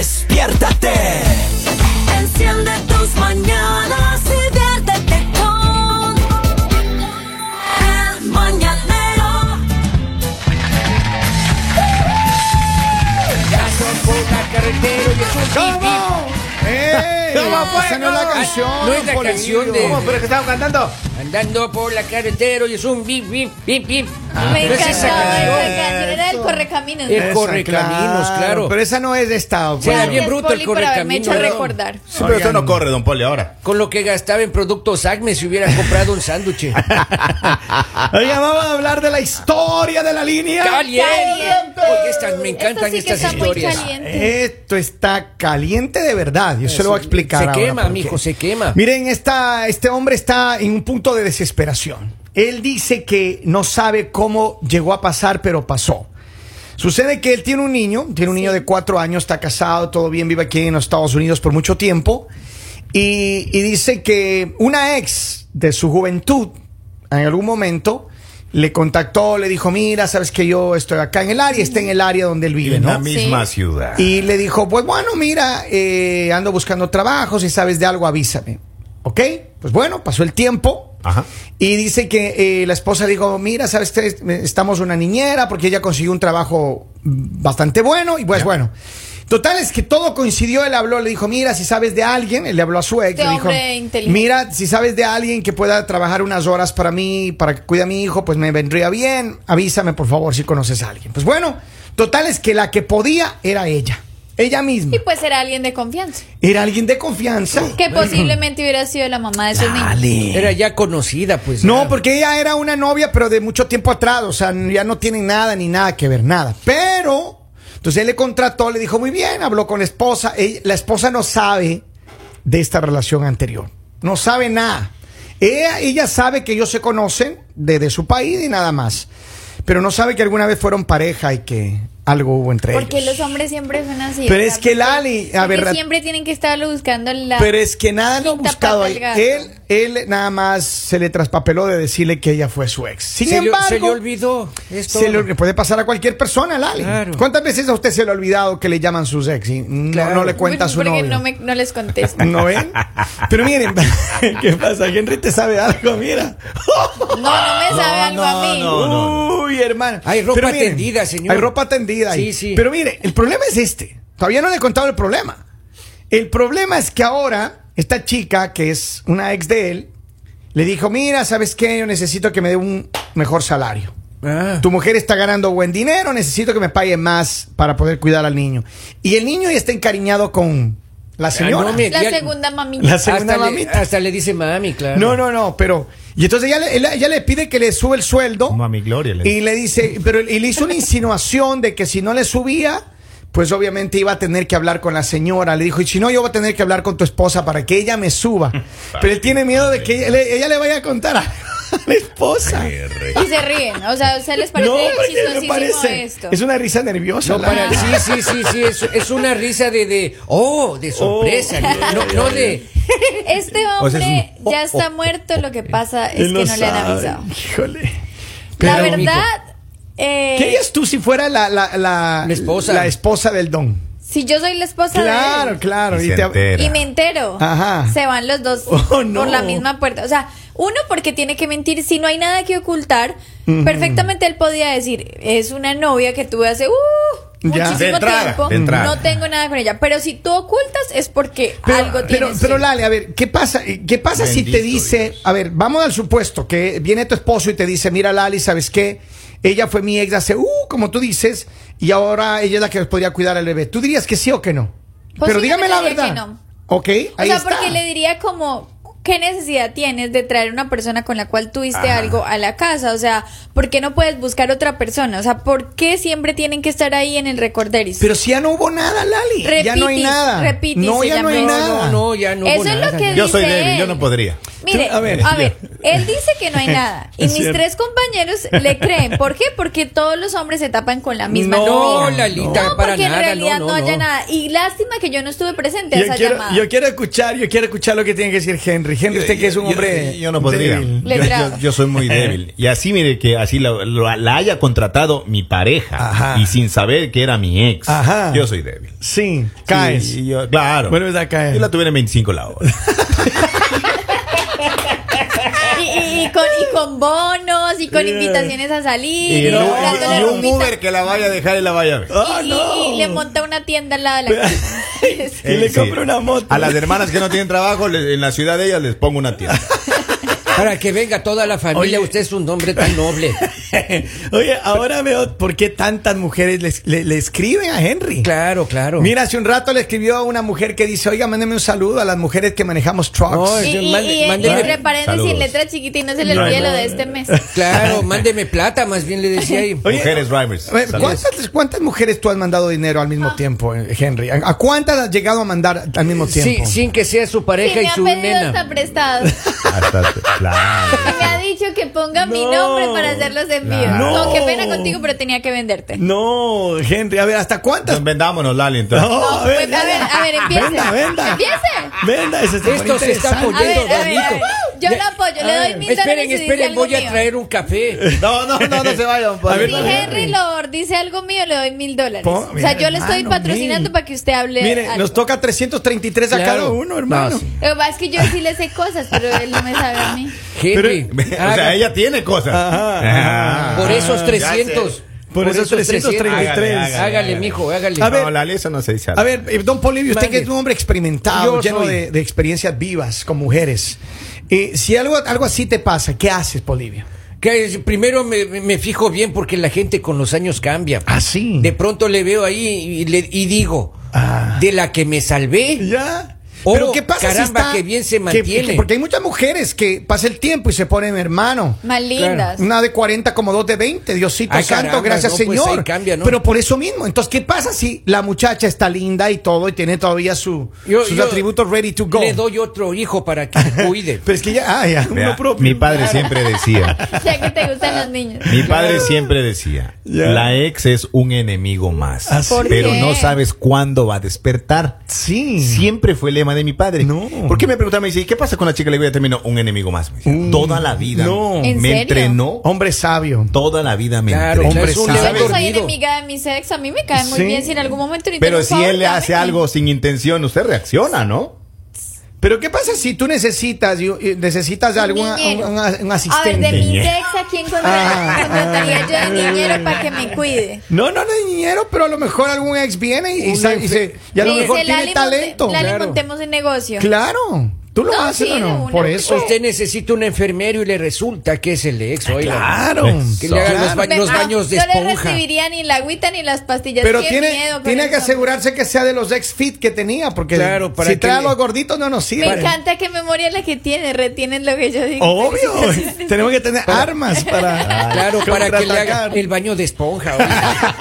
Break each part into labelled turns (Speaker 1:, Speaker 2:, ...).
Speaker 1: despiértate.
Speaker 2: Enciende tus mañanas y viértete con El Mañanero.
Speaker 3: ¿Cómo?
Speaker 4: ¡Ey! Esa no es la canción.
Speaker 3: No es la
Speaker 4: Polillo.
Speaker 3: canción de-
Speaker 4: ¿Cómo? ¿Pero que estamos cantando?
Speaker 3: Andando por la carretera y es un bip, bip, bip, bip.
Speaker 5: Ah,
Speaker 4: Ah,
Speaker 5: Me
Speaker 3: Pero
Speaker 5: encantó eh.
Speaker 3: es esa
Speaker 5: esa
Speaker 3: canción.
Speaker 5: canción. Era el
Speaker 3: El
Speaker 5: correcaminos. ¿no?
Speaker 4: Esa,
Speaker 3: correcaminos, claro.
Speaker 4: Pero esa no es de esta.
Speaker 3: Sí,
Speaker 4: bueno.
Speaker 3: era bien
Speaker 5: Gracias,
Speaker 3: bruto
Speaker 5: Poli,
Speaker 3: el
Speaker 5: por haberme hecho
Speaker 3: correcaminos.
Speaker 5: recordar.
Speaker 6: Sí, pero usted no corre, don Poli, ahora.
Speaker 3: Con lo que gastaba en productos Acme si hubiera comprado un sándwich.
Speaker 4: Oiga, vamos a hablar de la historia de la línea.
Speaker 3: ¡Caliente! Oye, estas, me encantan
Speaker 5: Esto sí que
Speaker 3: estas
Speaker 5: está muy
Speaker 3: historias.
Speaker 5: caliente.
Speaker 4: Esto está caliente de verdad. Yo se lo voy a explicar.
Speaker 3: Se
Speaker 4: ahora
Speaker 3: quema,
Speaker 4: por qué.
Speaker 3: mijo, se quema.
Speaker 4: Miren, esta, este hombre está en un punto de desesperación. Él dice que no sabe cómo llegó a pasar, pero pasó. Sucede que él tiene un niño, tiene un niño de cuatro años, está casado, todo bien, vive aquí en los Estados Unidos por mucho tiempo. Y, y dice que una ex de su juventud, en algún momento, le contactó, le dijo, mira, sabes que yo estoy acá en el área, está en el área donde él vive,
Speaker 6: en
Speaker 4: ¿no?
Speaker 6: la misma ciudad.
Speaker 4: Y le dijo, pues bueno, mira, eh, ando buscando trabajo, si sabes de algo, avísame. ¿Ok? Pues bueno, pasó el tiempo.
Speaker 6: Ajá.
Speaker 4: Y dice que eh, la esposa dijo, mira, sabes, que estamos una niñera porque ella consiguió un trabajo bastante bueno y pues bueno. Total es que todo coincidió, él habló, le dijo, mira, si sabes de alguien, él le habló a su ex,
Speaker 5: Este
Speaker 4: le dijo,
Speaker 5: hombre inteligente.
Speaker 4: mira, si sabes de alguien que pueda trabajar unas horas para mí, para que cuide a mi hijo, pues me vendría bien, avísame por favor si conoces a alguien. Pues bueno, total es que la que podía era ella, ella misma.
Speaker 5: Y pues era alguien de confianza.
Speaker 4: Era alguien de confianza.
Speaker 5: Que posiblemente hubiera sido la mamá de esos niños.
Speaker 3: Era ya conocida, pues.
Speaker 4: No,
Speaker 3: era-
Speaker 4: porque ella era una novia, pero de mucho tiempo atrás. O sea, ya no tienen nada ni nada que ver, nada. Pero, entonces él le contrató, le dijo muy bien, habló con la esposa. Ella- la esposa no sabe de esta relación anterior. No sabe nada. Ella, ella sabe que ellos se conocen desde su país y nada más. Pero no sabe que alguna vez fueron pareja y que algo hubo entre
Speaker 5: Porque
Speaker 4: ellos.
Speaker 5: los hombres siempre son así.
Speaker 4: Pero
Speaker 5: ¿verdad?
Speaker 4: es que
Speaker 5: Porque-
Speaker 4: Lali, a
Speaker 5: porque
Speaker 4: ver,
Speaker 5: siempre tienen que estarlo buscando la.
Speaker 4: Pero es que nada lo ha
Speaker 5: Quita
Speaker 4: buscado
Speaker 5: pata
Speaker 4: ahí.
Speaker 5: al gato.
Speaker 4: Él, él nada más se le traspapeló de decirle que ella fue su ex. Sin
Speaker 3: se, le-
Speaker 4: embargo,
Speaker 3: se le olvidó. Es
Speaker 4: Se
Speaker 3: todo.
Speaker 4: le puede pasar a cualquier persona, Lali.
Speaker 3: Claro.
Speaker 4: ¿Cuántas veces a usted se le ha olvidado que le llaman sus ex y no,
Speaker 3: Claro.
Speaker 4: no le cuenta a su
Speaker 5: Porque
Speaker 4: novio?
Speaker 5: no, me, no les contesto.
Speaker 4: ¿No ven? Pero miren, ¿qué pasa? Henry te sabe algo, mira.
Speaker 5: No, no me sabe algo a mí.
Speaker 6: no, no,
Speaker 4: Uy, hermano.
Speaker 3: Hay ropa
Speaker 4: Pero miren,
Speaker 3: tendida, señor.
Speaker 4: Hay ropa tendida ahí.
Speaker 3: Sí, sí.
Speaker 4: Pero mire, el problema es este. Todavía no le he contado el problema. El problema es que ahora esta chica, que es una ex de él, le dijo, mira, ¿sabes qué? Yo necesito que me dé un mejor salario.
Speaker 3: Ah.
Speaker 4: Tu mujer está ganando buen dinero, necesito que me pague más para poder cuidar al niño. Y el niño ya está encariñado con la señora.
Speaker 3: no me-
Speaker 5: La
Speaker 3: Ya-
Speaker 5: segunda mami.
Speaker 4: La segunda
Speaker 3: hasta, le,
Speaker 4: mamita.
Speaker 3: hasta le dice mami, claro.
Speaker 4: No, no, no, pero. Y entonces ya le, él- ella le pide que le sube el sueldo.
Speaker 6: Mami Gloria le
Speaker 4: y le dice, pero y le hizo una insinuación de que si no le subía, pues obviamente iba a tener que hablar con la señora. Le dijo, y si no, yo voy a tener que hablar con tu esposa para que ella me suba. pero él tiene miedo de que ella le, ella le vaya a contar a, a la esposa.
Speaker 5: Y se ríen. O sea, ¿a ustedes les parece
Speaker 4: No, porque me
Speaker 5: chistosísimo
Speaker 4: parece.
Speaker 5: esto?
Speaker 4: Es una risa nerviosa.
Speaker 3: No,
Speaker 4: la-
Speaker 3: para, sí, sí, sí, sí, es, es una risa de, de, oh, de sorpresa,
Speaker 4: Oh.
Speaker 3: no, no de,
Speaker 5: Este
Speaker 6: O sea,
Speaker 5: hombre
Speaker 6: es un-
Speaker 5: ya está muerto. Lo que pasa es
Speaker 4: Él
Speaker 5: que
Speaker 4: no
Speaker 5: no le han
Speaker 4: sabe.
Speaker 5: avisado.
Speaker 4: Híjole.
Speaker 5: Eh, La
Speaker 3: Pero, mijo.
Speaker 5: verdad. Eh,
Speaker 4: ¿Qué harías tú si fuera la, la, la,
Speaker 3: La esposa.
Speaker 4: la esposa del don?
Speaker 5: Si yo soy la esposa de
Speaker 4: Claro,
Speaker 5: él
Speaker 4: claro.
Speaker 6: Y se entera.
Speaker 5: y me entero,
Speaker 4: Ajá.
Speaker 5: se van los dos
Speaker 4: Oh, no.
Speaker 5: por la misma puerta. O sea, uno porque tiene que mentir, si no hay nada que ocultar, perfectamente él podía decir, es una novia que tuve hace uh,
Speaker 4: Ya.
Speaker 5: muchísimo
Speaker 6: De entrada,
Speaker 5: tiempo,
Speaker 6: de entrada.
Speaker 5: no tengo nada con ella. Pero si tú ocultas es porque algo
Speaker 4: pero,
Speaker 5: tienes.
Speaker 4: pero Lale, a ver, ¿qué pasa? ¿Qué pasa si te
Speaker 6: Bendito
Speaker 4: dice,
Speaker 6: Dios.
Speaker 4: a ver, vamos al supuesto que viene tu esposo y te dice, mira Lali, ¿sabes qué? Ella fue mi ex hace, uh, como tú dices, y ahora ella es la que podría cuidar al bebé. ¿Tú dirías que sí o que no? Pero dígame la
Speaker 5: Posiblemente
Speaker 4: verdad.
Speaker 5: diría que no.
Speaker 4: Ok,
Speaker 5: O
Speaker 4: ahí
Speaker 5: sea,
Speaker 4: está.
Speaker 5: porque le diría como, ¿qué necesidad tienes de traer una persona con la cual tuviste
Speaker 6: Ajá.
Speaker 5: algo a la casa? O sea, ¿por qué no puedes buscar otra persona? O sea, ¿por qué siempre tienen que estar ahí en el recorderis?
Speaker 4: Pero si ya no hubo nada, Lali. ya no hay
Speaker 5: Repitis,
Speaker 4: nada.
Speaker 5: repitis,
Speaker 4: no,
Speaker 5: se
Speaker 4: ya no
Speaker 5: llama
Speaker 4: hay
Speaker 5: eso.
Speaker 4: nada.
Speaker 3: no, no, ya no.
Speaker 5: Eso
Speaker 3: hubo
Speaker 5: es lo
Speaker 3: nada,
Speaker 5: que
Speaker 3: ya.
Speaker 6: Yo soy
Speaker 5: Dice
Speaker 6: débil, yo
Speaker 5: él.
Speaker 6: no podría.
Speaker 5: Mire,
Speaker 4: A
Speaker 5: a
Speaker 4: ver,
Speaker 5: ver, él dice que no hay nada. Y
Speaker 4: Es
Speaker 5: mis
Speaker 4: cierto.
Speaker 5: tres compañeros le creen. ¿Por qué? Porque todos los hombres se tapan con la misma
Speaker 3: No,
Speaker 5: novia.
Speaker 3: Lalita,
Speaker 5: no,
Speaker 3: para
Speaker 5: porque en
Speaker 3: nada,
Speaker 5: realidad
Speaker 3: no,
Speaker 5: no,
Speaker 3: no,
Speaker 5: haya
Speaker 3: no.
Speaker 5: nada. Y lástima que yo no estuve presente a
Speaker 4: Yo
Speaker 5: esa
Speaker 4: quiero,
Speaker 5: llamada.
Speaker 4: yo quiero escuchar, yo quiero escuchar lo que tiene que decir Henry. Henry. Henry, usted que es un
Speaker 6: Yo-
Speaker 4: hombre.
Speaker 6: Yo, no podría.
Speaker 4: débil.
Speaker 6: Yo,
Speaker 5: Letrado.
Speaker 6: yo- yo soy muy débil. Y así, mire, que así la, lo- la haya contratado mi pareja.
Speaker 4: Ajá.
Speaker 6: Y sin saber que era mi ex.
Speaker 4: Ajá.
Speaker 6: Yo soy débil.
Speaker 4: Sí, caes.
Speaker 6: Sí, y yo- claro.
Speaker 4: Vuelves a caer.
Speaker 6: Yo la tuve en 25 la hora.
Speaker 5: Y, y- y con, y con bonos, y con invitaciones a salir, y,
Speaker 6: Y, el-
Speaker 5: dándole
Speaker 6: y un
Speaker 5: ropita,
Speaker 6: Uber que la vaya a dejar y la vaya a ver.
Speaker 4: ¡Ah,
Speaker 5: y- y-
Speaker 4: no!
Speaker 5: y le monta una tienda al lado de la casa.
Speaker 4: Y le compro una moto.
Speaker 6: Eh, A las hermanas que no tienen trabajo, le- en la ciudad de ellas les pongo una tienda.
Speaker 3: Para que venga toda la familia, usted es un hombre tan noble.
Speaker 4: Oye, ahora veo por qué tantas mujeres les- le, le escriben a Henry.
Speaker 3: Claro, claro.
Speaker 4: Mira, hace un rato le escribió a una mujer que dice, oiga, mándeme un saludo a las mujeres que manejamos trucks.
Speaker 3: No,
Speaker 5: Y,
Speaker 3: yo-
Speaker 5: y,
Speaker 3: mande-
Speaker 5: y- y
Speaker 3: mándeme-
Speaker 5: entre paréntesis,
Speaker 6: Saludos.
Speaker 5: en letra chiquita y no se le
Speaker 6: No,
Speaker 5: olvide
Speaker 6: no,
Speaker 5: lo de este mes.
Speaker 3: Claro, mándeme plata, más bien le decía ahí.
Speaker 4: Oye,
Speaker 6: Mujeres drivers.
Speaker 4: A ver,
Speaker 6: saludos.
Speaker 4: Eh, ¿cuántas, cuántas mujeres tú has mandado dinero al
Speaker 5: Ah.
Speaker 4: mismo tiempo, eh, Henry? ¿A, a cuántas has llegado a mandar al mismo
Speaker 3: Sí,
Speaker 4: tiempo?
Speaker 3: sin que sea su
Speaker 5: Y
Speaker 3: pareja y
Speaker 5: me ha
Speaker 3: su
Speaker 5: pedido hasta
Speaker 3: nena.
Speaker 5: prestado.
Speaker 6: Hasta- claro.
Speaker 5: Y me ha dicho que ponga mi
Speaker 4: No.
Speaker 5: nombre para hacer los envíos.
Speaker 4: No.
Speaker 5: No. qué pena contigo, pero tenía que venderte.
Speaker 4: No, Henry, a ver, ¿hasta cuántas?
Speaker 6: Entonces, vendámonos, Lali, entonces.
Speaker 4: No, a ver,
Speaker 5: pues, a ver, a ver, empiece.
Speaker 4: Venda, venda.
Speaker 5: Empiece.
Speaker 4: Venda, eso está
Speaker 3: Esto se está
Speaker 4: Ah, interesante.
Speaker 5: A ver,
Speaker 3: poniendo
Speaker 5: a ver, a ver.
Speaker 3: bonito.
Speaker 5: Yo lo apoyo, le doy mis dólares
Speaker 3: Ah, Esperen,
Speaker 5: y dice
Speaker 3: esperen,
Speaker 5: algo
Speaker 3: voy a
Speaker 5: mío.
Speaker 3: traer un café.
Speaker 6: No, no, no, no se vayan. por
Speaker 4: A ver,
Speaker 5: Si
Speaker 6: ahí.
Speaker 4: dale,
Speaker 5: Henry Lord dice algo mío, le doy mil dólares.
Speaker 4: Po-
Speaker 5: O sea, yo le estoy
Speaker 4: hermano,
Speaker 5: patrocinando
Speaker 4: mil.
Speaker 5: para que usted hable.
Speaker 4: Mire,
Speaker 5: algo.
Speaker 4: nos toca 333 a
Speaker 3: Claro.
Speaker 4: cada uno, hermano.
Speaker 3: No, sí.
Speaker 5: Lo que pasa es que yo sí le sé cosas, pero él no me sabe a mí.
Speaker 3: Henry,
Speaker 6: O sea,
Speaker 3: haga-
Speaker 6: ella tiene cosas. Ah.
Speaker 4: Ajá, ajá.
Speaker 3: por esos
Speaker 6: Ya
Speaker 3: 300.
Speaker 6: sé.
Speaker 4: Ah, Por esos 333.
Speaker 3: Hágale, hágale, hágale, mijo, hágale.
Speaker 4: A ver,
Speaker 6: No, Lali, eso no se dice.
Speaker 4: A ver, eh, don Polivio, usted que es un hombre experimentado,
Speaker 3: Yo
Speaker 4: lleno
Speaker 3: soy.
Speaker 4: de, de experiencias vivas con mujeres. Eh, si algo, algo así te pasa, ¿qué haces, Polivio?
Speaker 3: Que es- primero me, me- me fijo bien porque la gente con los años cambia.
Speaker 4: Ah, sí.
Speaker 3: De pronto le veo ahí y, le- y digo,
Speaker 4: Ah.
Speaker 3: de la que me salvé.
Speaker 4: Ya.
Speaker 3: Oh,
Speaker 4: Pero ¿qué pasa si
Speaker 3: caramba,
Speaker 4: está-
Speaker 3: que bien se
Speaker 4: que-
Speaker 3: mantiene.
Speaker 4: porque hay muchas mujeres que pasa el tiempo y se ponen hermano.
Speaker 5: Más lindas.
Speaker 4: Una de 40 como dos de 20, Diosito
Speaker 3: Ay,
Speaker 4: santo,
Speaker 3: caramba,
Speaker 4: gracias
Speaker 3: no, pues,
Speaker 4: Señor.
Speaker 3: ahí cambia, ¿no?
Speaker 4: Pero por eso mismo, entonces, ¿qué pasa si la muchacha está linda y todo y tiene todavía su,
Speaker 3: Yo-
Speaker 4: sus
Speaker 3: yo
Speaker 4: atributos ready to go?
Speaker 3: Le doy otro hijo para que me cuide.
Speaker 4: Pero es que ya, ah, ya,
Speaker 6: Vea,
Speaker 4: uno propio.
Speaker 6: mi padre siempre decía,
Speaker 5: Ya que te gustan los niños.
Speaker 6: mi padre siempre decía,
Speaker 4: Ya.
Speaker 6: la ex es un enemigo más,
Speaker 4: Ah, sí. ¿Por
Speaker 6: pero
Speaker 5: qué?
Speaker 6: no sabes cuándo va a despertar.
Speaker 4: Sí.
Speaker 6: Siempre fue el lema de mi padre.
Speaker 4: No.
Speaker 6: ¿Por qué me preguntaba? Me dice, ¿qué pasa con la chica? Le voy a terminar un enemigo más. Me dice, toda la vida
Speaker 4: No.
Speaker 5: ¿En
Speaker 6: me
Speaker 5: serio?
Speaker 6: entrenó.
Speaker 4: Hombre sabio.
Speaker 6: Toda la vida me
Speaker 3: Claro,
Speaker 6: entrenó.
Speaker 4: hombre,
Speaker 3: es un
Speaker 5: Yo
Speaker 4: ¿sabes?
Speaker 5: no
Speaker 3: león
Speaker 5: soy
Speaker 3: dormido.
Speaker 5: enemiga de mi sexo. A mí me cae muy
Speaker 4: Sí.
Speaker 5: bien si en algún momento necesito
Speaker 6: Pero
Speaker 5: un
Speaker 6: si
Speaker 5: favor,
Speaker 6: él le hace
Speaker 5: llámeme.
Speaker 6: algo sin intención, usted reacciona, ¿no?
Speaker 4: Pero ¿qué pasa si tú necesitas y- y necesitas de
Speaker 5: Un
Speaker 4: algún un,
Speaker 5: niñero.
Speaker 4: un- un
Speaker 5: A ver,
Speaker 4: asistente?
Speaker 5: de mi
Speaker 6: Niñero.
Speaker 5: sexo, ¿a quién
Speaker 4: Ah,
Speaker 5: contra- contrataría yo de niñero para que me cuide?
Speaker 4: No, no, no hay dinero, pero a lo mejor algún ex viene y, y
Speaker 3: Un
Speaker 4: sa- y
Speaker 3: ex-
Speaker 4: se- y a lo
Speaker 5: Me
Speaker 4: mejor
Speaker 5: dice,
Speaker 4: tiene
Speaker 5: Lali, monte-
Speaker 4: talento.
Speaker 5: Lali,
Speaker 4: claro.
Speaker 5: montemos el negocio.
Speaker 4: Claro. ¿Tú lo
Speaker 5: No,
Speaker 4: haces
Speaker 5: sí,
Speaker 4: o
Speaker 5: de
Speaker 4: no?
Speaker 5: una.
Speaker 4: Por eso. Ah,
Speaker 3: Usted necesita un enfermero y le resulta que es el ex. Oiga.
Speaker 4: Claro.
Speaker 3: Que le hagan
Speaker 4: Claro.
Speaker 3: los, ba- los
Speaker 5: Ah,
Speaker 3: baños de
Speaker 5: No le
Speaker 3: esponja.
Speaker 5: recibiría ni la agüita ni las pastillas.
Speaker 4: Pero
Speaker 5: Qué
Speaker 4: tiene,
Speaker 5: miedo con
Speaker 4: tiene que
Speaker 5: eso.
Speaker 4: asegurarse que sea de los ex fit que tenía, porque
Speaker 3: Claro, para
Speaker 4: si
Speaker 3: que
Speaker 4: trae a
Speaker 3: le-
Speaker 4: los gorditos no nos sirve.
Speaker 5: Me encanta qué memoria la que tiene. Retienen lo que yo digo.
Speaker 3: Oh.
Speaker 4: Obvio. Tenemos que tener armas para.
Speaker 3: Claro, para que le haga
Speaker 4: contraatacar.
Speaker 3: el baño de esponja. oiga.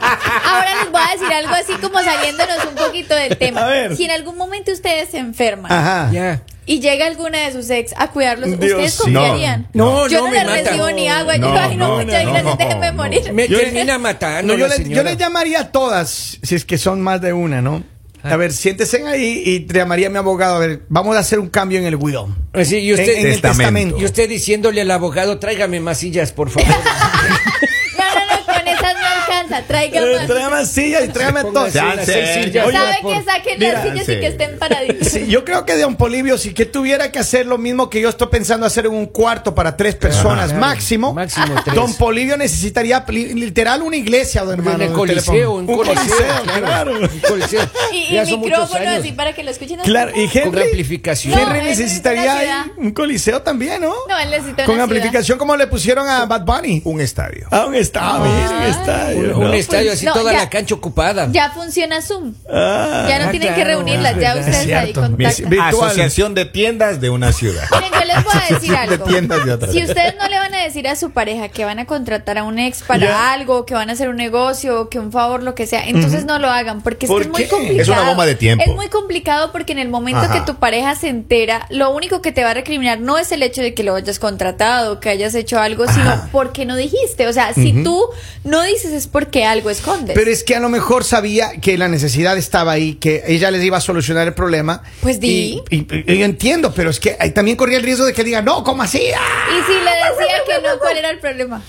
Speaker 5: Ahora les voy a decir algo así como saliéndonos un poquito del tema.
Speaker 4: A ver.
Speaker 5: Si en algún momento ustedes se enferman
Speaker 4: Ajá.
Speaker 3: ya.
Speaker 5: y llega alguna de sus ex a cuidarlos,
Speaker 4: Dios
Speaker 5: ¿ustedes
Speaker 4: mío.
Speaker 5: confiarían?
Speaker 3: No,
Speaker 5: yo
Speaker 3: no
Speaker 5: no,
Speaker 3: me
Speaker 5: les
Speaker 3: mata.
Speaker 5: recibo ni agua.
Speaker 6: No,
Speaker 5: yo, ay, no,
Speaker 6: no,
Speaker 5: muchas
Speaker 6: no,
Speaker 5: gracias,
Speaker 6: no,
Speaker 5: déjenme
Speaker 6: no.
Speaker 5: morir.
Speaker 3: Me
Speaker 4: Yo-
Speaker 3: termina matando.
Speaker 4: No, yo,
Speaker 3: la
Speaker 4: le, yo
Speaker 3: señora.
Speaker 4: les llamaría a todas, si es que son más de una, ¿no? A ver, siéntese ahí y te llamaría a mi abogado. A ver, vamos a hacer un cambio en el will.
Speaker 3: Así, Ah, y usted,
Speaker 4: en, en el testamento.
Speaker 6: Testamento.
Speaker 3: y usted diciéndole al abogado, tráigame más sillas, por favor.
Speaker 5: No, no, no, con esas no alcanza. Traigan
Speaker 4: Eh,
Speaker 5: más.
Speaker 4: Tráeme sillas y tráeme todo.
Speaker 3: Póngase las
Speaker 6: Chance.
Speaker 3: seis sillas,
Speaker 4: Oye,
Speaker 5: ¿Sabe
Speaker 3: por-
Speaker 5: que saquen
Speaker 6: mira,
Speaker 5: las sillas
Speaker 6: sí.
Speaker 5: y que estén paraditos?
Speaker 4: Sí, yo creo que Don Polivio, si que tuviera que hacer lo mismo que yo estoy pensando hacer en un cuarto para tres personas
Speaker 3: Ajá.
Speaker 4: máximo,
Speaker 3: Máximo tres.
Speaker 4: Don Polivio necesitaría pli- literal una iglesia, don hermano.
Speaker 3: En el
Speaker 4: donde usted le
Speaker 3: coliseo,
Speaker 4: ponga.
Speaker 3: un coliseo, claro. un coliseo.
Speaker 5: Y,
Speaker 3: Ya
Speaker 5: y
Speaker 3: son muchos
Speaker 5: micrófono
Speaker 3: años.
Speaker 5: así para que lo escuchen.
Speaker 4: Claro, y Henry.
Speaker 3: Con amplificación.
Speaker 4: Henry
Speaker 5: No,
Speaker 4: necesitaría
Speaker 5: Henry necesita
Speaker 4: ahí un coliseo también, ¿no?
Speaker 5: No, él necesita
Speaker 4: Con
Speaker 5: una ciudad.
Speaker 4: amplificación como le pusieron a Bad Bunny.
Speaker 6: Un estadio.
Speaker 4: Ah, un estadio, un estadio.
Speaker 3: Un
Speaker 4: ¿no? pues,
Speaker 3: estadio así,
Speaker 5: No,
Speaker 3: toda
Speaker 5: ya.
Speaker 3: la cancha ocupada.
Speaker 5: Ya funciona Zoom.
Speaker 4: Ah,
Speaker 5: ya no
Speaker 3: ah,
Speaker 5: tienen que
Speaker 3: claro,
Speaker 5: reunirlas,
Speaker 3: es
Speaker 5: ya
Speaker 3: verdad.
Speaker 5: ustedes ahí
Speaker 4: Cierto.
Speaker 5: contactan.
Speaker 4: Virtual.
Speaker 6: Asociación de tiendas de una ciudad.
Speaker 5: Miren, yo yo les voy a decir
Speaker 6: Asociación de
Speaker 5: algo.
Speaker 6: tiendas de atrás.
Speaker 5: Si ustedes no le van a decir a su pareja que van a contratar a un ex para
Speaker 4: Ya.
Speaker 5: algo, que van a hacer un negocio, que un favor, lo que sea, entonces no lo hagan, porque es
Speaker 4: ¿Por
Speaker 5: que es muy
Speaker 4: qué?
Speaker 5: complicado.
Speaker 6: Es una bomba de tiempo.
Speaker 5: Es muy complicado porque en el momento
Speaker 6: Ajá.
Speaker 5: que tu pareja se entera, lo único que te va a recriminar no es el hecho de que lo hayas contratado, que hayas hecho algo, sino porque no dijiste. O sea, si tú no dices es porque algo escondes.
Speaker 4: Pero es que a lo mejor sabía que la necesidad estaba ahí, que ella les iba a solucionar el problema.
Speaker 5: Pues di.
Speaker 4: Y, y- y yo entiendo, pero es que ahí también corría el riesgo de que diga, no, ¿cómo así? Ah,
Speaker 5: Y si le decía que no, ¿cuál era el problema?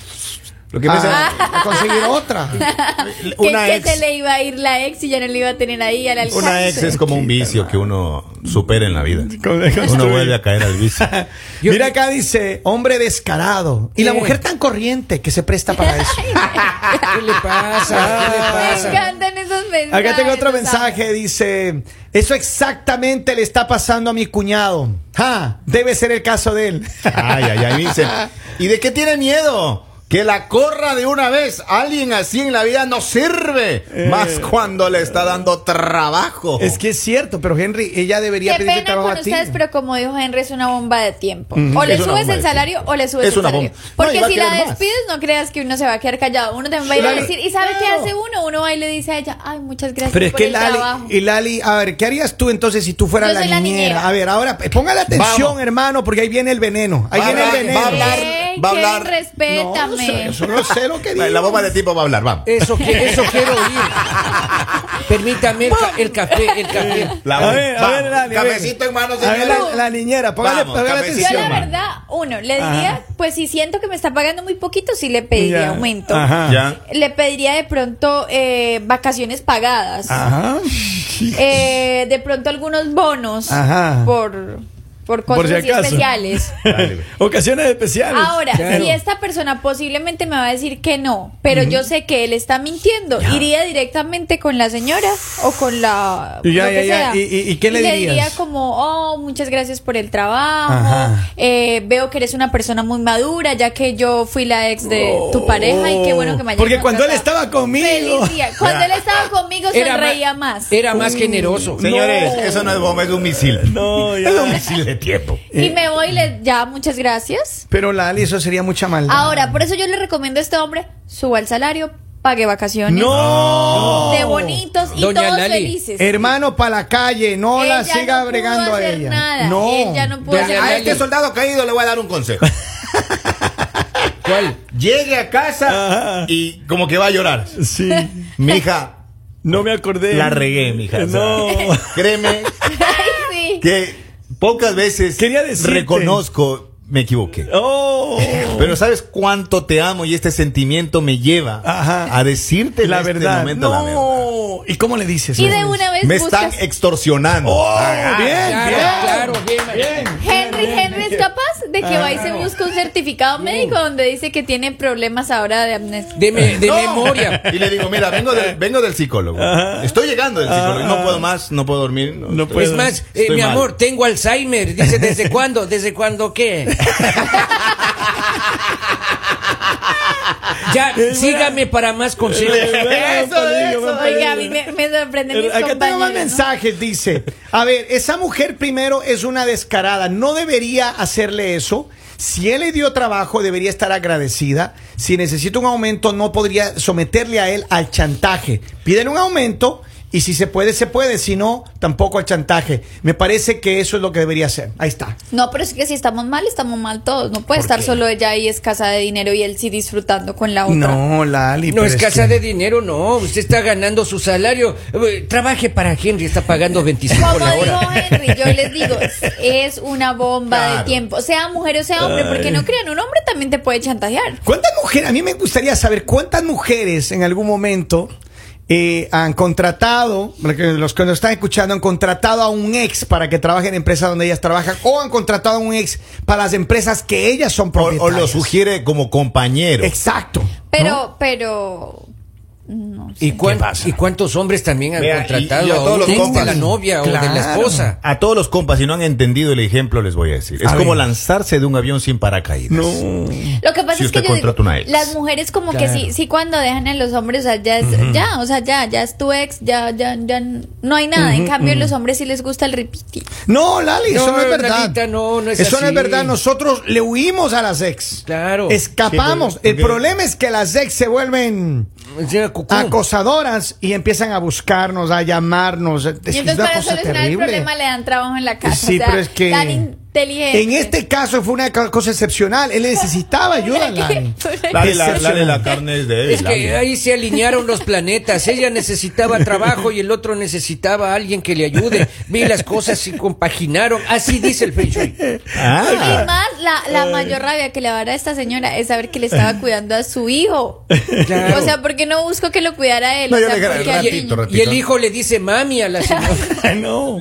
Speaker 6: Lo que pasa
Speaker 4: ah, a conseguir otra.
Speaker 5: Que,
Speaker 6: una
Speaker 5: que
Speaker 6: ex,
Speaker 5: se le iba a ir la ex y ya no le iba a tener ahí al alcance.
Speaker 6: una ex es como un vicio que uno supera en la vida. Uno vuelve a caer al vicio.
Speaker 3: Yo-
Speaker 4: Mira acá dice, hombre descarado. Y la
Speaker 3: ¿Qué?
Speaker 4: mujer tan corriente que se presta para eso.
Speaker 3: ¿Qué le pasa? ¿Qué le
Speaker 5: Me
Speaker 3: pasa?
Speaker 5: encantan esos mensajes.
Speaker 4: Acá tengo otro
Speaker 5: los amo.
Speaker 4: mensaje, dice, eso exactamente le está pasando a mi cuñado. Ja, debe ser el caso de él.
Speaker 6: Ay, ay, ay, me dicen. ¿Y de qué tiene miedo? Que la corra de una vez. Alguien así en la vida no sirve. Más cuando le está dando trabajo.
Speaker 4: Eh. Es que es cierto, pero Henry, ella debería
Speaker 5: Qué
Speaker 4: pedirte
Speaker 5: pena
Speaker 4: trabajo
Speaker 5: con
Speaker 4: a ti.
Speaker 5: ustedes, pero como dijo Henry, es una bomba de tiempo. O le
Speaker 6: Es una
Speaker 5: subes
Speaker 6: bomba
Speaker 5: el
Speaker 6: de
Speaker 5: salario
Speaker 6: tiempo.
Speaker 5: o le subes
Speaker 6: Es
Speaker 5: el
Speaker 6: una
Speaker 5: salario.
Speaker 6: bomba. No, y
Speaker 5: Porque
Speaker 6: va a
Speaker 5: si la
Speaker 6: querer más.
Speaker 5: despides, no creas que uno se va a quedar callado. Uno también va a ir a
Speaker 4: Claro.
Speaker 5: decir, ¿y sabe qué
Speaker 4: Claro.
Speaker 5: hace uno? Uno va y le dice a ella, ay, muchas gracias
Speaker 4: Pero es
Speaker 5: por
Speaker 4: que
Speaker 5: el
Speaker 4: Lali,
Speaker 5: trabajo.
Speaker 4: y Lali, a ver, ¿qué harías tú entonces si tú fueras
Speaker 5: Yo
Speaker 4: la
Speaker 5: soy la
Speaker 4: niñera?
Speaker 5: niñera.
Speaker 4: A ver, ahora eh, póngale atención,
Speaker 6: Vamos.
Speaker 4: hermano, porque ahí viene el veneno. Ahí
Speaker 6: Va a
Speaker 4: viene
Speaker 6: hablar,
Speaker 4: el veneno.
Speaker 6: va a hablar.
Speaker 5: Ey,
Speaker 6: va a
Speaker 5: Kevin,
Speaker 4: No,
Speaker 6: hablar.
Speaker 4: no sé,
Speaker 5: respétame.
Speaker 4: eso no sé lo que digo.
Speaker 6: Eh, La, la bomba de tiempo va a hablar,
Speaker 4: Eh,
Speaker 6: vamos.
Speaker 3: Eso, qui- eso quiero oír. Permítame el, ca- el café, el café.
Speaker 6: La-
Speaker 4: a ver, a
Speaker 6: vamos.
Speaker 4: ver, Lali, a ver.
Speaker 6: Cafecito en mano,
Speaker 4: A ver,
Speaker 6: señora.
Speaker 4: la, la niñera, póngale,
Speaker 6: Vamos,
Speaker 4: póngale
Speaker 6: cafecito.
Speaker 5: Yo
Speaker 4: atención.
Speaker 5: la
Speaker 6: Omar.
Speaker 5: verdad, uno, le diría, pues si siento que me está pagando muy poquito, sí le pediría
Speaker 4: Ya.
Speaker 5: aumento.
Speaker 4: Ajá.
Speaker 6: Ya.
Speaker 5: Le pediría de pronto eh, vacaciones pagadas.
Speaker 4: Ajá.
Speaker 5: Eh, de pronto algunos bonos
Speaker 4: Ajá.
Speaker 5: por por cosas
Speaker 4: Por si
Speaker 5: así
Speaker 4: acaso.
Speaker 5: especiales.
Speaker 6: Dale, güey.
Speaker 4: Ocasiones especiales.
Speaker 5: Ahora,
Speaker 3: Claro.
Speaker 5: si esta persona posiblemente me va a decir que no, pero yo sé que él está mintiendo, iría directamente con la señora o con la
Speaker 4: Y ya,
Speaker 5: lo
Speaker 4: ya,
Speaker 5: que
Speaker 4: ya.
Speaker 5: sea.
Speaker 4: ¿Y- y- y qué le
Speaker 5: le
Speaker 4: dirías?
Speaker 5: diría como, "Oh, muchas gracias por el trabajo.
Speaker 4: Ajá.
Speaker 5: eh, veo que eres una persona muy madura, ya que yo fui la ex de tu pareja y qué bueno que me hayas
Speaker 4: Oh. Porque cuando él
Speaker 5: contratado".
Speaker 4: estaba conmigo.
Speaker 5: Feliz día. Cuando él estaba conmigo sonreía más.
Speaker 3: Era más generoso.
Speaker 6: Señores, eso no es bomba, es un misil.
Speaker 4: No, ya.
Speaker 6: Es un misil de tiempo.
Speaker 5: Y me voy y le ya, muchas gracias.
Speaker 4: Pero Lali, eso sería mucha maldad.
Speaker 5: Ahora, por eso yo le recomiendo a este hombre, suba el salario, pague vacaciones.
Speaker 4: ¡No!
Speaker 5: De bonitos y
Speaker 3: Doña
Speaker 5: todos
Speaker 3: Lali,
Speaker 5: felices.
Speaker 4: Hermano, para la calle, no
Speaker 5: Él
Speaker 4: la
Speaker 5: ya
Speaker 4: siga
Speaker 5: no
Speaker 4: bregando
Speaker 5: pudo
Speaker 4: a
Speaker 5: hacer
Speaker 4: ella.
Speaker 5: nada.
Speaker 4: No.
Speaker 5: Él ya no pudo
Speaker 3: Doña
Speaker 5: hacer
Speaker 3: Lali.
Speaker 5: nada.
Speaker 6: A este soldado caído le voy a dar un consejo.
Speaker 3: ¿Cuál?
Speaker 6: Llegue a casa
Speaker 1: Ajá.
Speaker 6: y como que va a llorar.
Speaker 1: Sí,
Speaker 6: Mija,
Speaker 1: no me acordé.
Speaker 6: la regué, mija. O sea,
Speaker 1: No.
Speaker 6: créeme
Speaker 5: Ay, sí.
Speaker 6: que pocas veces
Speaker 1: Quería decirte.
Speaker 6: reconozco me equivoqué.
Speaker 1: Oh.
Speaker 6: Pero sabes cuánto te amo y este sentimiento me lleva
Speaker 1: Ajá.
Speaker 6: a decirte en
Speaker 1: La
Speaker 6: este
Speaker 1: verdad.
Speaker 6: momento la verdad.
Speaker 4: Oh, ¿Y cómo le dices?
Speaker 5: Y de una vez
Speaker 6: Me están
Speaker 5: buscas.
Speaker 6: extorsionando.
Speaker 1: Oh.
Speaker 6: Ah,
Speaker 4: bien,
Speaker 3: Claro,
Speaker 4: bien.
Speaker 3: claro, bien, bien.
Speaker 5: Henry, Henry es capaz de que va y se busca un certificado médico donde dice que tiene problemas ahora de amnesia.
Speaker 3: De, me- de
Speaker 6: No.
Speaker 3: memoria.
Speaker 6: Y le digo, mira, vengo del, vengo del psicólogo. Estoy llegando del psicólogo. No puedo más, no puedo dormir. No,
Speaker 1: No
Speaker 6: estoy-
Speaker 1: puedo.
Speaker 3: es más, eh,
Speaker 6: Estoy
Speaker 3: mi
Speaker 6: mal.
Speaker 3: amor, tengo Alzheimer. Dice, ¿desde cuándo? ¿Desde cuándo qué? ya, sígame para más consejos.
Speaker 6: Eso, eso.
Speaker 5: Oiga, a mí me, me sorprenden mis
Speaker 4: Eh, Acá tengo más
Speaker 5: compañeros.
Speaker 4: mensajes, dice. A ver, esa mujer primero es una descarada. No debería hacerle eso. Si él le dio trabajo, debería estar agradecida. Si necesita un aumento, no podría someterle a él al chantaje. Piden un aumento y si se puede, se puede. Si no, tampoco al chantaje. Me parece que eso es lo que debería hacer. Ahí está.
Speaker 5: No, pero es que si estamos mal, estamos mal todos. No puede estar solo ella ahí escasa de dinero y él sí disfrutando con la otra.
Speaker 4: Lali.
Speaker 3: No
Speaker 4: pero
Speaker 3: es casa
Speaker 4: que-
Speaker 3: de dinero, no. Usted está ganando su salario. Eh, Trabaje para Henry, está pagando 25
Speaker 5: Como
Speaker 3: la
Speaker 5: dijo
Speaker 3: hora.
Speaker 5: Henry, yo les digo, es una bomba de
Speaker 6: Claro.
Speaker 5: tiempo. Sea mujer o sea hombre, porque no crean, un hombre también te puede chantajear.
Speaker 4: ¿Cuántas mujeres? A mí me gustaría saber cuántas mujeres en algún momento eh, han contratado, porque los que nos están escuchando, han contratado a un ex para que trabaje en empresas donde ellas trabajan, o han contratado a un ex para las empresas que ellas son
Speaker 6: O, o
Speaker 4: propietarias.
Speaker 6: lo sugiere como compañero.
Speaker 4: Exacto.
Speaker 5: Pero,
Speaker 4: ¿no?
Speaker 5: pero, No sé.
Speaker 3: ¿Y, cuán-
Speaker 6: pasa?
Speaker 3: ¿Y cuántos hombres también han
Speaker 6: Vea, y-
Speaker 3: contratado
Speaker 6: y a
Speaker 3: a,
Speaker 6: todos
Speaker 3: un
Speaker 6: los
Speaker 3: ex de
Speaker 6: compas.
Speaker 3: la novia o de la
Speaker 4: Claro.
Speaker 3: esposa?
Speaker 6: A todos los compas, si no han entendido el ejemplo, les voy a decir. Es
Speaker 4: A
Speaker 6: como
Speaker 4: ver.
Speaker 6: lanzarse de un avión sin paracaídas. No.
Speaker 5: Lo que pasa
Speaker 6: Si
Speaker 5: es que yo
Speaker 6: usted
Speaker 5: digo,
Speaker 6: contrata una ex.
Speaker 5: las mujeres como que sí, sí cuando dejan a los hombres, o sea, ya es, ya, o sea, ya, ya es tu ex, ya, ya, ya no hay nada. en cambio, los hombres sí les gusta el repeating.
Speaker 4: No, Lali, eso
Speaker 3: No,
Speaker 4: no es verdad.
Speaker 3: Lalita, no, no es
Speaker 4: eso no es
Speaker 3: así.
Speaker 4: verdad. Nosotros le huimos a las ex.
Speaker 3: Claro.
Speaker 4: Escapamos.
Speaker 6: Sí, porque-
Speaker 4: El problema es que las ex se vuelven
Speaker 3: Señora Cucú.
Speaker 4: Ah, acosadoras y empiezan a buscarnos, a llamarnos. Es,
Speaker 5: y
Speaker 4: que es
Speaker 5: entonces
Speaker 4: una
Speaker 5: para
Speaker 4: cosa
Speaker 5: solucionar el
Speaker 4: terrible.
Speaker 5: problema le dan trabajo en la casa.
Speaker 4: Sí,
Speaker 5: o sea,
Speaker 4: pero es que-
Speaker 5: Tan inteligente.
Speaker 4: En este caso fue una ca- cosa excepcional. Él necesitaba ayuda, Lali.
Speaker 5: pues,
Speaker 6: Dale la, dale la carne es de él.
Speaker 3: Es que
Speaker 6: dale.
Speaker 3: ahí se alinearon los planetas. Ella necesitaba trabajo y el otro necesitaba a alguien que le ayude. Vi las cosas se compaginaron. Así dice el Feng Shui.
Speaker 5: Y
Speaker 6: Ah,
Speaker 5: más, la, la mayor rabia que le va a dar a esta señora es saber que le estaba cuidando a su hijo.
Speaker 3: Claro.
Speaker 5: O sea, ¿por qué no busco que lo cuidara él?
Speaker 6: No,
Speaker 5: O
Speaker 6: yo
Speaker 5: sea,
Speaker 6: le dije,
Speaker 5: porque
Speaker 3: Y,
Speaker 5: hay
Speaker 6: ratito,
Speaker 5: niños.
Speaker 3: y el hijo le dice mami a la señora.
Speaker 4: no.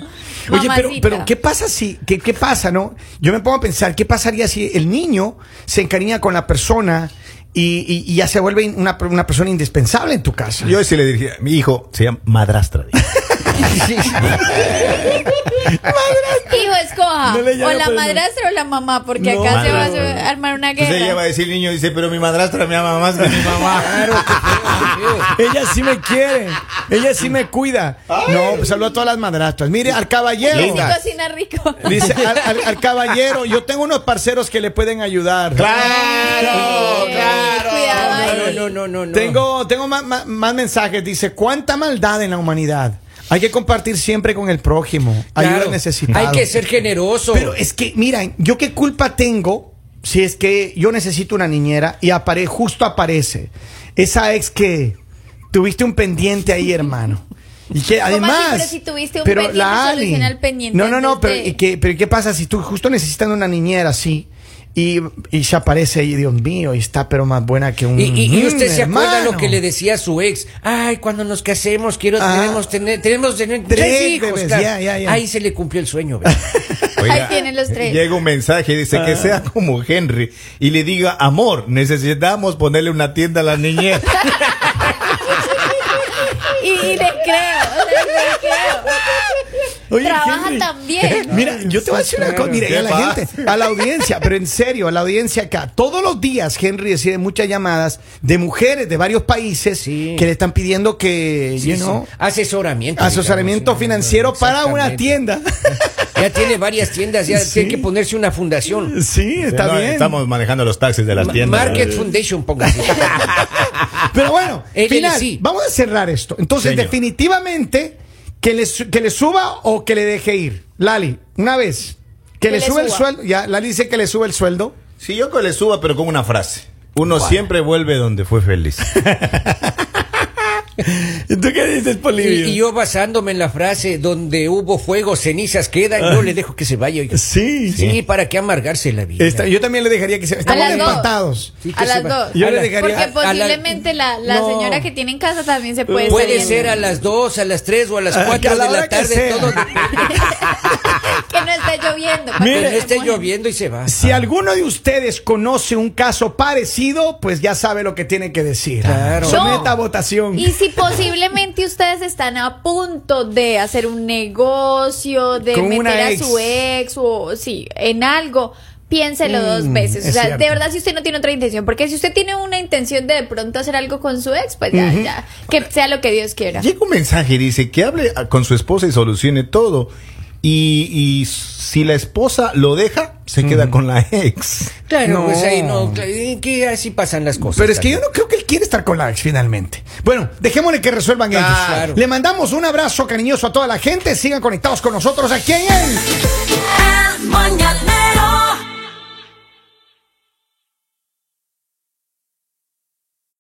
Speaker 4: Oye, pero,
Speaker 5: Mamacita.
Speaker 4: pero ¿qué pasa si, qué, qué pasa, no? Yo me pongo a pensar, ¿qué pasaría si el niño se encariña con la persona y, y- y ya se vuelve in- una, una persona indispensable en tu casa?
Speaker 6: yo sí le dije, mi hijo se llama madrastra. dije.
Speaker 5: Hijo, escoja.
Speaker 4: No le llamo,
Speaker 5: o la
Speaker 4: pero no.
Speaker 5: madrastra o la mamá, porque
Speaker 4: No,
Speaker 5: acá se va
Speaker 6: madrastra.
Speaker 5: a armar una guerra.
Speaker 6: Entonces ella va a decir, niño, dice, pero mi madrastra me ama más que mi mamá.
Speaker 3: Claro, qué feo, qué feo.
Speaker 4: Ella sí me quiere, ella sí me cuida. No, pues saludo a todas las madrastras. Mire, al caballero.
Speaker 5: Y si cocina rico.
Speaker 4: Dice, al, al- al caballero, yo tengo unos parceros que le pueden ayudar.
Speaker 6: ¡Claro!
Speaker 5: Eh,
Speaker 6: ¡Claro!
Speaker 5: cuidado ahí.
Speaker 3: No, no, no, no, no.
Speaker 4: Tengo, tengo más, más- más mensajes. Dice, ¿cuánta maldad en la humanidad? Hay que compartir siempre con el prójimo. Ayuda
Speaker 3: Claro,
Speaker 4: necesitada.
Speaker 3: Hay que ser generoso.
Speaker 4: Pero es que, miren, ¿yo qué culpa tengo si es que yo necesito una niñera y apare justo aparece esa ex que tuviste un pendiente ahí, hermano? Y que
Speaker 5: así?
Speaker 4: además.
Speaker 5: Pero si tuviste un pendiente, soluciona el pendiente
Speaker 4: No, no, no,
Speaker 5: antes
Speaker 4: pero
Speaker 5: de-
Speaker 4: ¿y qué, pero ¿qué pasa si tú justo necesitando una niñera así? Y, y se aparece ahí, Dios mío, y está pero más buena que un.
Speaker 3: Y, y- y usted
Speaker 4: Mm,
Speaker 3: se acuerda
Speaker 4: hermano.
Speaker 3: lo que le decía a su ex. Ay, cuando nos casemos, quiero
Speaker 4: Ah.
Speaker 3: tenemos tener, tenemos tener
Speaker 4: Tres
Speaker 3: tres, hijos.
Speaker 4: bebés,
Speaker 3: claro.
Speaker 4: ya, ya, ya.
Speaker 3: Ahí se le cumplió el sueño. ¿verdad?
Speaker 5: Ahí tienen los tres.
Speaker 6: Llega un mensaje, dice que sea como Henry y le diga, amor, necesitamos ponerle una tienda a la niñera.
Speaker 5: Y, y le creo, o sea, le creo.
Speaker 4: Oye,
Speaker 5: Trabaja
Speaker 4: Henry,
Speaker 5: también.
Speaker 4: Mira, yo te voy a decir una cosa, mira, y a la
Speaker 6: Claro.
Speaker 4: gente, a la audiencia, pero en serio, a la audiencia acá, todos los días Henry recibe muchas llamadas de mujeres de varios países
Speaker 3: Sí.
Speaker 4: que le están pidiendo que,
Speaker 3: Sí,
Speaker 4: you
Speaker 3: sí.
Speaker 4: know,
Speaker 3: Asesoramiento.
Speaker 4: asesoramiento
Speaker 3: digamos, sí,
Speaker 4: financiero
Speaker 3: sí,
Speaker 4: para una
Speaker 3: exactamente.
Speaker 4: tienda.
Speaker 3: Ya tiene varias tiendas, ya
Speaker 4: Sí.
Speaker 3: tiene que ponerse una fundación.
Speaker 4: sí, eh. está
Speaker 6: No,
Speaker 4: bien.
Speaker 6: Estamos manejando los taxis de las
Speaker 3: Ma-
Speaker 6: tiendas.
Speaker 3: Market Foundation, póngase.
Speaker 4: Ah, Pero bueno,
Speaker 3: LLC.
Speaker 4: final, vamos a cerrar esto. Entonces,
Speaker 6: Señor.
Speaker 4: definitivamente, que le, su- que le suba o que le deje ir. Lali, una vez, que,
Speaker 5: Que
Speaker 4: le,
Speaker 5: le
Speaker 4: suba el
Speaker 5: suba.
Speaker 4: sueldo, ya, Lali dice que le suba el sueldo.
Speaker 6: Si yo que le suba, pero con una frase. Uno siempre vuelve donde fue feliz.
Speaker 4: ¿Y tú qué dices,
Speaker 3: Y, y yo basándome en la frase, donde hubo fuego, cenizas quedan, yo le dejo que se vaya. oiga.
Speaker 4: Ah. Sí,
Speaker 3: Sí, para qué amargarse la vida.
Speaker 4: Esta- yo también le dejaría que se. Estamos
Speaker 5: las dos.
Speaker 4: empatados.
Speaker 3: Sí, que
Speaker 5: A las
Speaker 3: se va-
Speaker 5: dos.
Speaker 4: Yo
Speaker 3: A
Speaker 4: le
Speaker 3: la-
Speaker 4: dejaría-
Speaker 5: Porque
Speaker 3: a- a la-
Speaker 5: posiblemente la, la
Speaker 4: No.
Speaker 5: señora que tiene en casa también se puede
Speaker 3: Puede
Speaker 5: estar
Speaker 3: ser
Speaker 5: viendo.
Speaker 3: a las 2, a las 3 o a las 4
Speaker 4: Ah, a
Speaker 3: de
Speaker 4: la hora
Speaker 3: la
Speaker 4: que
Speaker 3: tarde.
Speaker 4: sea.
Speaker 3: Todo,
Speaker 5: Que no esté lloviendo. para
Speaker 4: Mire,
Speaker 5: que
Speaker 3: que
Speaker 5: se
Speaker 3: no esté
Speaker 5: moje.
Speaker 3: lloviendo y se va.
Speaker 4: Si alguno de ustedes conoce un caso parecido, pues ya sabe lo que tiene que decir.
Speaker 3: Claro.
Speaker 4: Someta a
Speaker 5: No.
Speaker 4: votación.
Speaker 5: Y si posiblemente ustedes están a punto de hacer un negocio, de
Speaker 4: Con una
Speaker 5: meter a
Speaker 4: ex.
Speaker 5: su ex o sí, en algo, piénselo dos veces.
Speaker 4: es
Speaker 5: O sea,
Speaker 4: cierto.
Speaker 5: de verdad si usted no tiene otra intención, porque si usted tiene una intención de de pronto hacer algo con su ex, pues ya, ya, que sea lo que Dios quiera.
Speaker 6: Llega un mensaje, dice que hable a- con su esposa y solucione todo. Y, y si la esposa lo deja, se queda con la ex.
Speaker 3: Claro,
Speaker 4: No.
Speaker 3: pues ahí no. cla- eh, Que así pasan las cosas.
Speaker 4: Pero es que yo
Speaker 3: también.
Speaker 4: no creo que él quiere estar con la ex finalmente. Bueno, dejémosle que resuelvan
Speaker 3: Claro.
Speaker 4: ellos. Le mandamos un abrazo cariñoso a toda la gente. Sigan conectados con nosotros aquí en el.
Speaker 2: El mañanero